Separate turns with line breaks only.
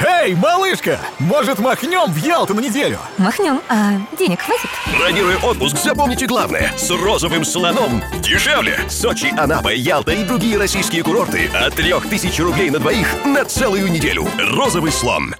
Эй, малышка, может махнем в Ялту на неделю?
Махнем, а денег хватит?
Бронируя отпуск, запомните главное. С розовым слоном дешевле. Сочи, Анапа, Ялта и другие российские курорты от 3000 рублей на двоих на целую неделю. Розовый слон.